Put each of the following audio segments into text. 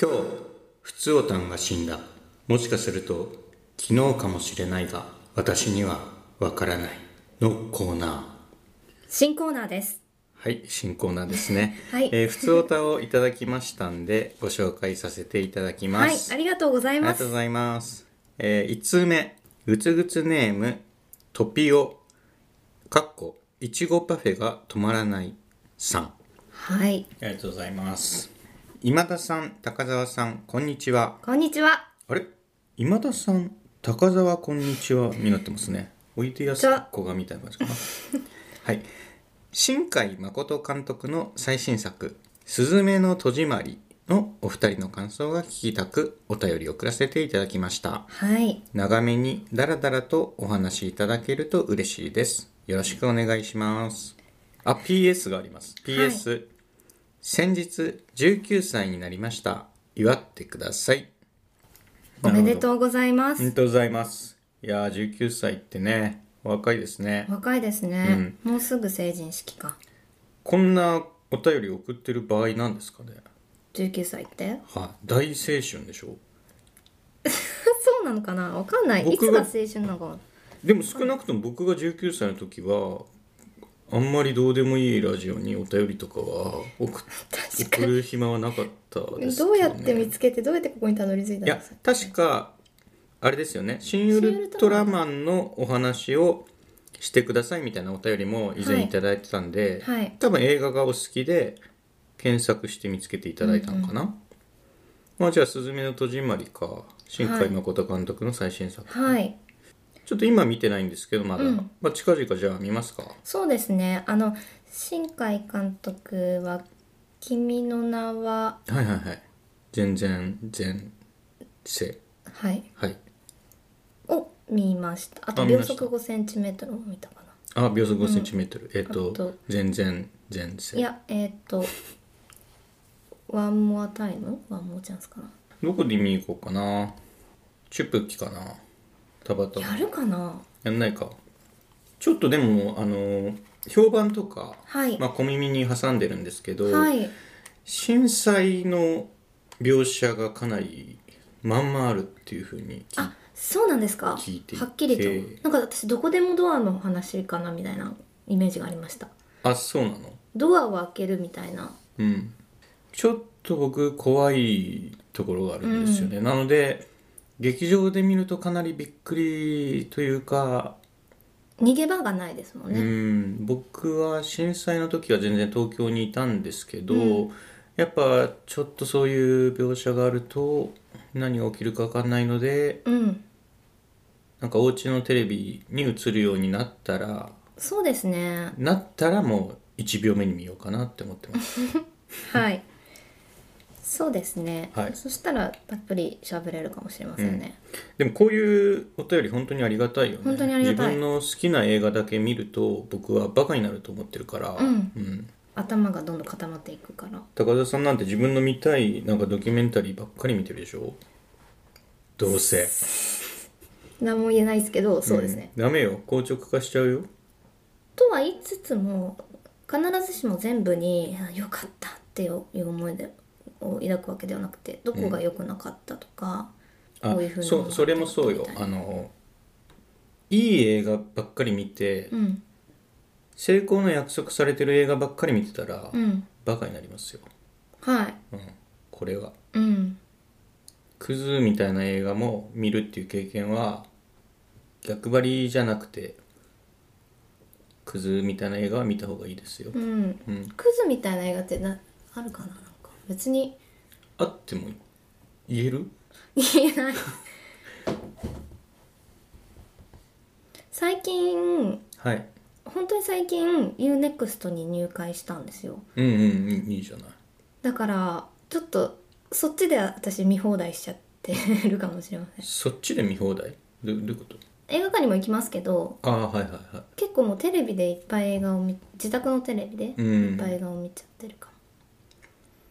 今日ふつおたんが死んだもしかすると昨日かもしれないが私にはわからないのコーナ新コーナーです。ーはい新コーナーですね、はいえーふつおたをいただきましたんでご紹介させていただきまはい、す、ありがとうございありまがとうすご。ざいます。えー、1通目、ぐつぐつネーム、トピオ、かっこ、いちごパフェが止まらないさん。あはい、りがとうございます。今田さん、高澤さん、こんにちは。こんにちは。あれ今田さん、高澤、こんにちは。になってますね。おいでやすこがみたいな 感じかな。はい。新海誠監督の最新作「すずめの戸締まり」のお二人の感想が聞きたくお便りを送らせていただきましたはい、長めにダラダラとお話しいただけると嬉しいですよろしくお願いしますあ PS があります PS、先日19歳になりました祝ってくださいおめでうとうございま。おめですとうございますいやー19歳ってね若いですね若いですね、もうすぐ成人式か。こんなお便り送ってる場合なんですかね19歳って？はい、大青春でしょそうなのかな、わかんない。い僕つがが青春なのか。でも少なくとも僕が19歳の時はあんまりどうでもいいラジオにお便りとかは送っ 確か送る暇はなかったですけどど、うね、やって見つけてどうやってここにたどり着いたいんでやすか。確かあれですよね「シン・ウルトラマン」のお話をしてくださいみたいなお便りも以前いただいてたんで、はいはい多分映画がお好きで検索して見つけていただいたのかな、まあじゃあ「すずめの戸締まりか」新海誠監督の最新作、はい、ちょっと今見てないんですけどまだ、うんまあ近々じゃあ見ますかそうですね。あの新海監督は君の名ははいはいはい全然前世はいはいを見ました。あとあ見秒ました速5センチメートルを見たかな。あ秒速 5cm、えっ、あとと全然前世いやえーっとワンモアタイムワンモアチャンスかなどこで見に行こうかなチュプキかなタバタやるかなやんないかちょっとでもあの評判とか、はい、まあ、小耳に挟んでるんですけど、はい震災の描写がかなりまんまあるっていうふうに聞いあそうなんですか聞いていてはっきりとなんか私どこでもドアの話かなみたいなイメージがありましたあそうなのドアを開けるみたいなうんちょっと僕怖いところがあるんですよね、なので劇場で見るとかなりびっくりというか逃げ場がないですもんうね、ん僕は震災の時は全然東京にいたんですけど、うやっぱちょっとそういう描写があると何が起きるか分かんないのでうんなんかお家のテレビに映るようになったらそうですねなったらもう1秒目に見ようかなって思って ますはいそうですね、はいそしたらたっぷり喋れるかもしれませんね、でもこういうお便り本当にありがたいよね本当にありがたい自分の好きな映画だけ見ると僕はバカになると思ってるから、うんうん頭がどんどん固まっていくから高田さんなんて自分の見たいなんかドキュメンタリーばっかり見てるでしょどうせ何も言えないですけどそうですね、んダメよ硬直化しちゃうよとは言いつつも必ずしも全部にあ「良かった」っていう思いでを抱くわけではなくてどこが良くなかったとか、あこういうふうにそうそれもそうよあのいい映画ばっかり見て、うん成功の約束されてる映画ばっかり見てたら、うんバカになりますよ、はいうん、これはうんクズみたいな映画も見るっていう経験は逆張りじゃなくてクズみたいな映画は見た方がいいですよ、うん、うんクズみたいな映画ってなあるかななんか別にあっても言える言えない 最近はい本当に最近 UNEXT に入会したんですようんうんいいいいじゃないだからちょっとそっちで私見放題しちゃってるかもしれませんそっちで見放題どどういうこと映画館にも行きますけどああはいはいは結構もうテレビでいっぱい映画を見自宅のテレビでい。ういっん。ぱい映画を見ちゃってるか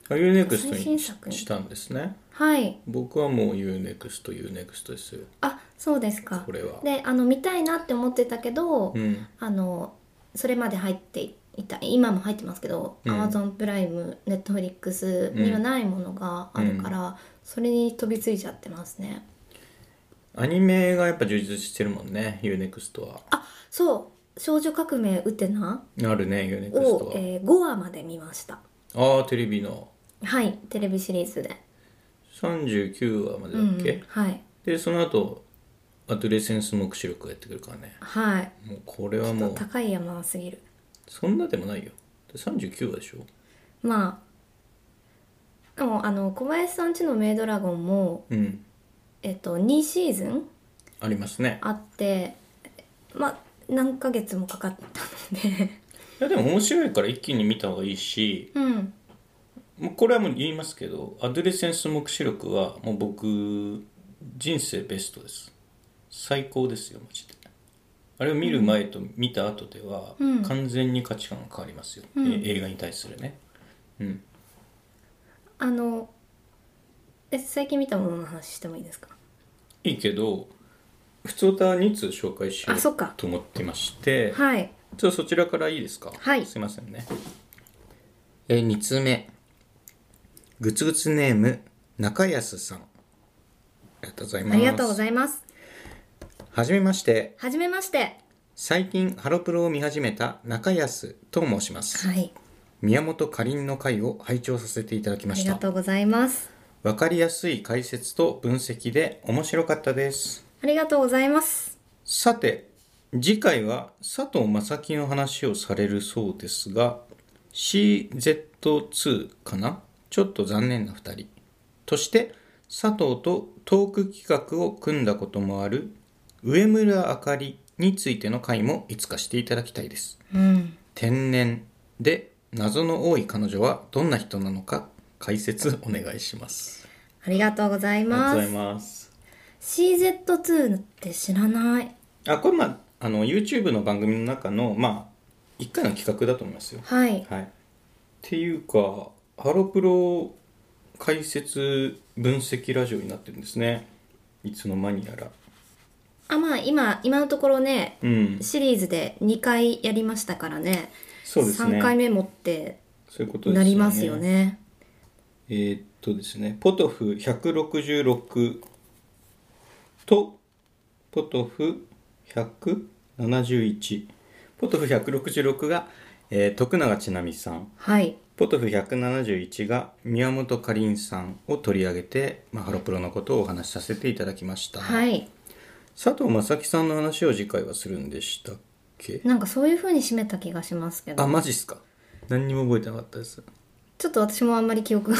も、あ UNEXT 最に新作ししたんですね。はい僕はもう UNEXT、UNEXT ですよ。あそうですかこれは。であの見たいなって思ってたけど、うん。あのそれまで入っていいた今も入ってますけど、うん Amazon プライム Netflix にはないものがあるから、それに飛びついちゃってますねアニメがやっぱ充実してるもんね UNEXT はあそう「少女革命ウテナあるね UNEXT を」は、えー5話まで見ましたああテレビのはいテレビシリーズで、 39話までうだっんけ、、はいでその後アドレセンス目視力がやってくるからねはいもうこれはもう高い山すぎるそんなでもないよで39話でしょまあでもあの小林さんちのメイドラゴンも、うんえっと、2シーズンありますねあってまあ何ヶ月もかかったのでいやでも面白いから一気に見た方がいいしうんもうこれはもう言いますけどアドレセンス目視力はもう僕人生ベストです最高ですよマジであれを見る前と見た後では、うん完全に価値観が変わりますよ、うんえ映画に対するねうんあのえ最近見たものの話してもいいですかいいけど普通歌2通紹介しよあそっかうと思ってましてはいじゃあそちらからいいですかはいすいませんねえー、2通目ぐつぐつネーム中安さんありがとうございますありがとうございますはじめましてはじめまして最近ハロプロを見始めた中安と申しますはい宮本かりんの会を拝聴させていただきあまりしがたとうございますわかりやすい解説と分析で面白かったですありがとうございますさて次回は佐藤正樹の話をされるそうですが CZ2 かなちょっと残念な2人として佐藤とトーク企画を組んだこともある上村あかりについての回もいつかしていただきたいですうん天然で謎の多い彼女はどんな人なのか解説お願いしますありがとうございあまりがとすうございます CZ2 って知らないあこれまああの YouTube の番組の中のまあ一回の企画だと思いますよはいはいっていうかハロプロ解説分析ラジオになってるんですねいつの間にやらあまあ今今のところねうんシリーズで2回やりましたからねそうですね3回目もってそういうことですよねなりますよねえーっとですねポトフ166とポトフ171ポトフ166が、えー徳永千奈美さんはいポトフ171が宮本かりんさんを取り上げて、まあ、ハロプロのことをお話しさせていただきました、はい佐藤正樹さんの話を次回はするんでしたっけなんかそういう風に締めた気がしますけあどマジっすか何にも覚えてなかったですちょっと私もあんまり記憶が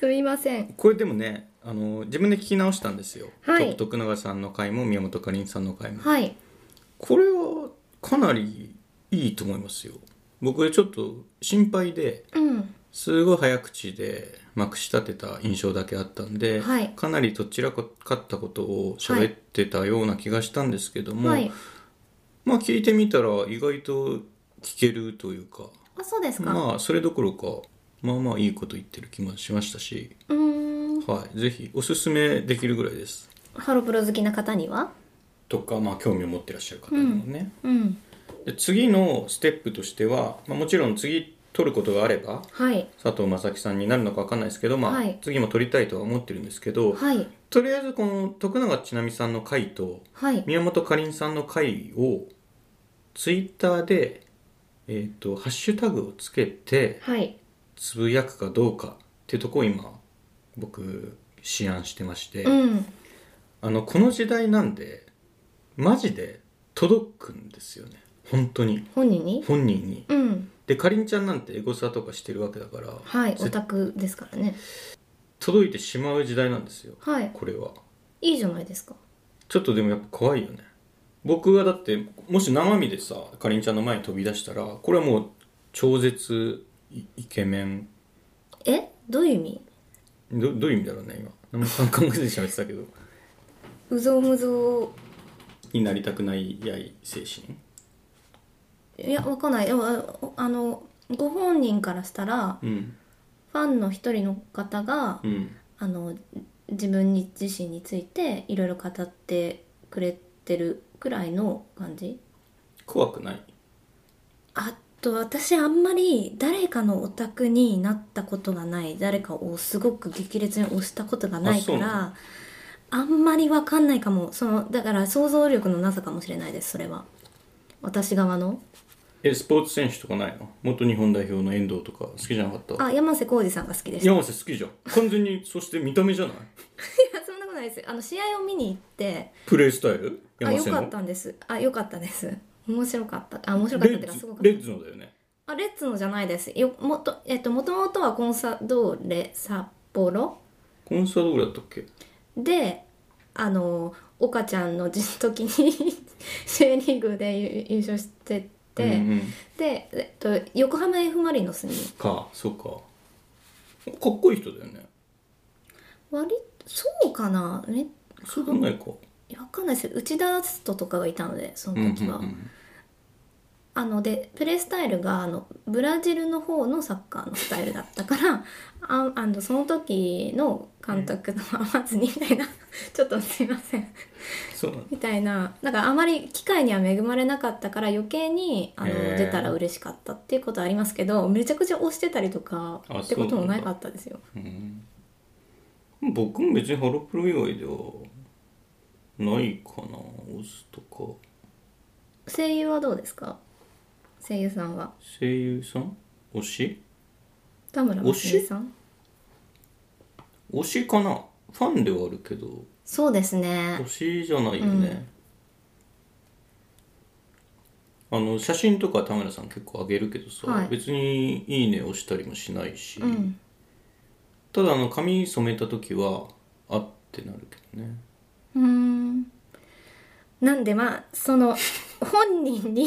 すみませんこれでもねあの自分で聞き直したんですよ、はいと徳永さんの回も宮本かりんさんの回も、はいこれはかなりいいと思いますよ僕ちょっと心配でうんすごい早口でまくし立てた印象だけあったんで、はいかなりどちらかったことを喋ってたような気がしたんですけども、はいまあ聞いてみたら意外と聞けるというかあそうですか、まあそれどころかまあまあいいこと言ってる気もしましたし、うーんはい、ぜひおすすめできるぐらいですハロプロ好きな方にはとか、まあ、興味を持ってらっしゃる方にもね、うんで次のステップとしては、まあ、もちろん次取ることがあればはい佐藤正樹さんになるのか分かんないですけど、まあはい次も取りたいとは思ってるんですけど、はいとりあえずこの徳永千奈美さんの回とはい宮本かりんさんの回をツイッターで、えー、とハッシュタグをつけてはいつぶやくかどうかってとこを今僕思案してまして、うんあのこの時代なんでマジで届くんですよね本当に本人に本人にうんでかりんちゃんなんてエゴサとかしてるわけだから、はいオ絶タクですからね届いてしまう時代なんですよはいこれはいいじゃないですかちょっとでもやっぱ怖いよね僕がだってもし生身でさかりんちゃんの前に飛び出したらこれはもう超絶イイケメンえどういう意味どどういう意味だろうね今何も考えずに喋ってたけどうぞうむぞになりたくないやい精神ういやわかんないでもああのご本人からしたらうんファンの一人の方がうんあの自分に自身についていろいろ語ってくれてるくらいの感じ怖くないあと私あんまり誰かのオタクになったことがない誰かをすごく激烈に推したことがないかあそうならあんまりわかんないかもそのだから想像力のなさかもしれないですそれは私側のえスポーツ選手とかないの元日本代表の遠藤とか好きじゃなかったあ山瀬浩二さんが好きでしたい山瀬好きじゃん完全にそして見た目じゃないやそんなことないですあの試合を見に行ってプレースタイルあ山良瀬かのったんですあ良かったです 面白かったあ面白かっレたってッかすズごかったレッズのだよねあレッツのじゃないですよもと,、えっともともとはコンサドーレ札幌コンサドーレだったっけであの岡ちゃんの時に J リーグで優優勝してて、うんうん、で、えっと、横浜 F ・マリノスにかそうかかっこいい人だよね割そうかなねそうでもないかわかんないです内田篤人とかがいたのでそうんうんうの時は、んあのでプレースタイルがあのブラジルの方のサッカーのスタイルだったから ああのその時の監督とはまずにみたいな ちょっとすいませんそうなんだみたいななんかあまり機会には恵まれなかったから余計にあのへー出たら嬉しかったっていうことはありますけどめちゃくちゃ押してたりとかあってことそもうなんだなかったですよ。うん僕も別にハロプロ以外ではないかなオズとか声優はどうですか声優さんは声優さん推し田村真美さん推しかなファンではあるけどそうですね推しじゃないよね、あの写真とか田村さん結構あげるけどさ、はい別に「いいね」押したりもしないし、うんただあの髪染めた時はあってなるけどねうーんなんでまあその本人に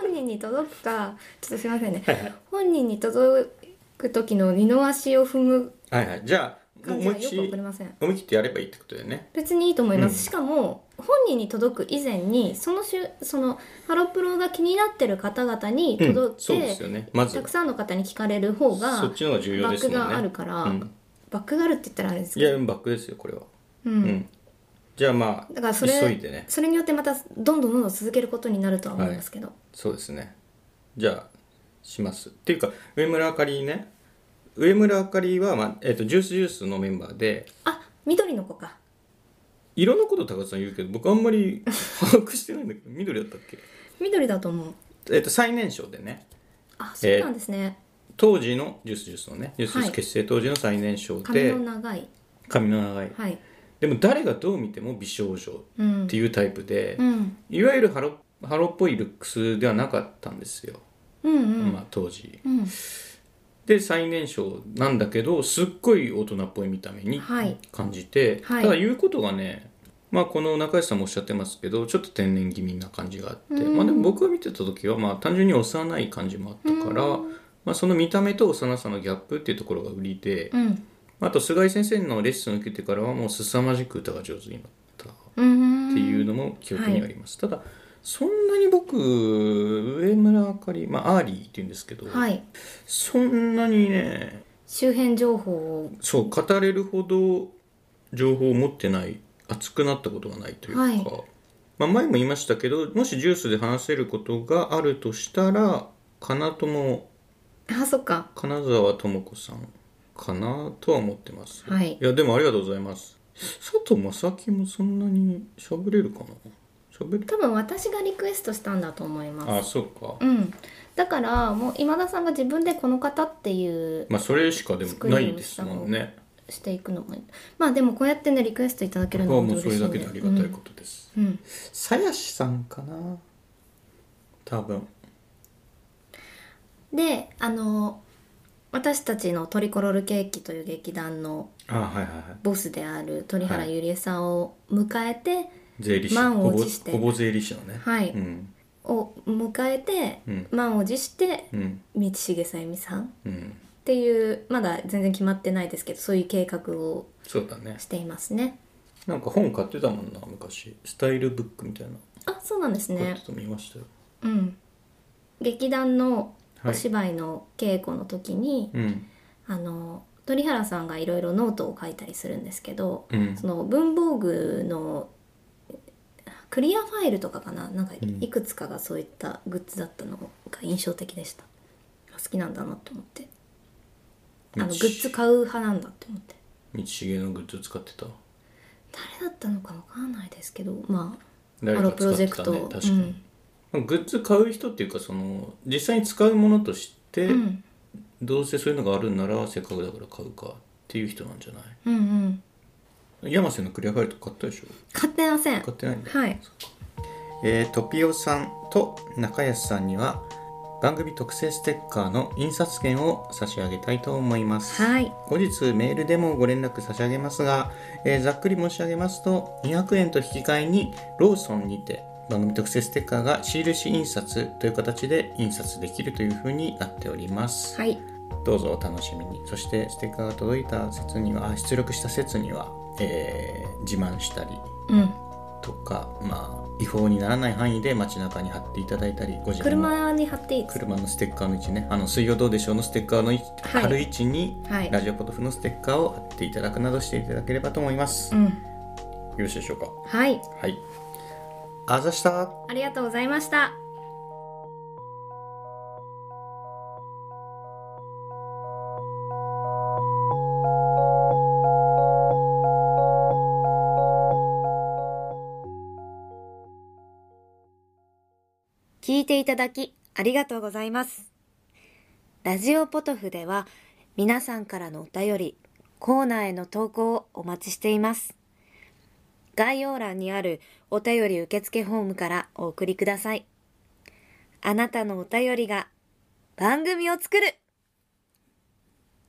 本人に届くかちょっとすいませんね本人に届く時の二の足を踏むはいはいじゃあもう感じ思がいっよきくわかりりません思い切ってやればいいってことだよね別にいいと思います、うんしかも本人に届く以前にそのしゅそのハロプロが気になってる方々にうん届そういでてす、よねまずたくさんの方に聞かれる方がそっちの方が重要バでッすクもんねがあるから、うんバックがあるって言ったらあれですいけやど、バックですよこれはうんうん、じゃあまあだからそれ急いでねそれによってまたどんどんどんどん続けることになるとは思いますけど、そうですねじゃあしますっていうか上村あかりね上村あかりは、まあえっとジュースジュースのメンバーであ緑の子かいろんなこと高田さん言うけど僕あんまり 把握してないんだけど緑だったっ緑だと思うけ、えっと最年少でねあそうなんですね、当時のジュースジュースのねジュースジューはスい結成当時の最年少髪で、の長い髪の長い、はいでも誰がどう見ても美少女うんっていうタイプで、うんいわゆるハロハロっぽいルックスではなかったんですよ、うんうんまあ、当時うんで最年少なんだけどすっごい大人っぽい見た目にはい感じて、はいただ言うことがねまあこの中石さんもおっしゃってますけどちょっと天然気味な感じがあって、うんまあ、でも僕が見てた時はまあ単純に幼い感じもあったから、まあ、その見た目と幼さのギャップっていうところが売りで、うんあと菅井先生のレッスンを受けてからはもう凄まじく歌が上手になったっうんていうのも記憶にあります、ただそんなに僕上村あかりまあアーリーっていうんですけど、はいそんなにね周辺情報をそう語れるほど情報を持ってない熱くなったことがないというか、はいまあ、前も言いましたけどもしジュースで話せることがあるとしたら金友あそっか金沢智子さんかなとは思ってます、はいやでもありがとうございます佐藤正樹もそんなに喋れるかな喋る多分私がリクエストしたんだと思いますあそうか、うんだからもう今田さんが自分でこの方っていうまあそれしかでもないですもんねしていくのもまあでもこうやってねリクエストいただけるの僕ははもう嬉しそいれんだけでありがたいことです、うんうんさやしさんかな多分であの私たちのトリコロールケーキという劇団のあはいはいはいボスである鳥原ゆりえさんを迎えて、税理士満ほをぼ持してほぼ税理士のねはいうんを迎えて、うん満を持してうん道重さゆみさんっうんていうまだ全然決まってないですけどそういう計画をそうだねしていますねなんか本買ってたもんな昔スタイルブックみたいなあそうなんです買ねってたの見ましたようん劇団のはいお芝居の稽古の時に、うんあの鳥原さんがいろいろノートを書いたりするんですけど、うんその文房具のクリアファイルとかかななんかうんいくつかがそういったグッズだったのが印象的でしたあ好きなんだなって思ってあのグ道ッズ買う派なんだって思って道重のグッズ使ってた誰だったのかわかんないですけどまあ誰ハロかプ使ロっジてェクたトねを確かに、グッズ買う人っていうかその実際に使うものとして、うんうんどうせそういうのがあるんならせっかくだから買うかっていう人なんじゃないうんうん山瀬のクリアファイルとか買ったでしょ買ってません買ってないんだはいえー、トピオさんと中安さんには番組特製ステッカーの印刷券を差し上げたいと思います、はい後日メールでもご連絡差し上げますが、えーざっくり申し上げますと200円と引き換えにローソンにて番組特製ステッカーがシール紙印刷という形で印刷できるというふうになっております、はいどうぞお楽しみにそしてステッカーが届いた説にはあ出力した説には、えー自慢したりうんとか、まあ、違法にならない範囲で街中に貼っていただいたりご自分の車に貼っていいです車のステッカーの位置ねあの水曜どうでしょうのステッカーの位置、はい貼る位置に、はいラジオポトフのステッカーを貼っていただくなどしていただければと思います、うよんろしいでしょうかはいはいあざしたありがとうございました聞いていただきありがとうございます。ラジオポトフでは皆さんからのお便り、コーナーへの投稿をお待ちしています。概要欄にあるお便り受付フォームからお送りください。あなたのお便りが番組を作る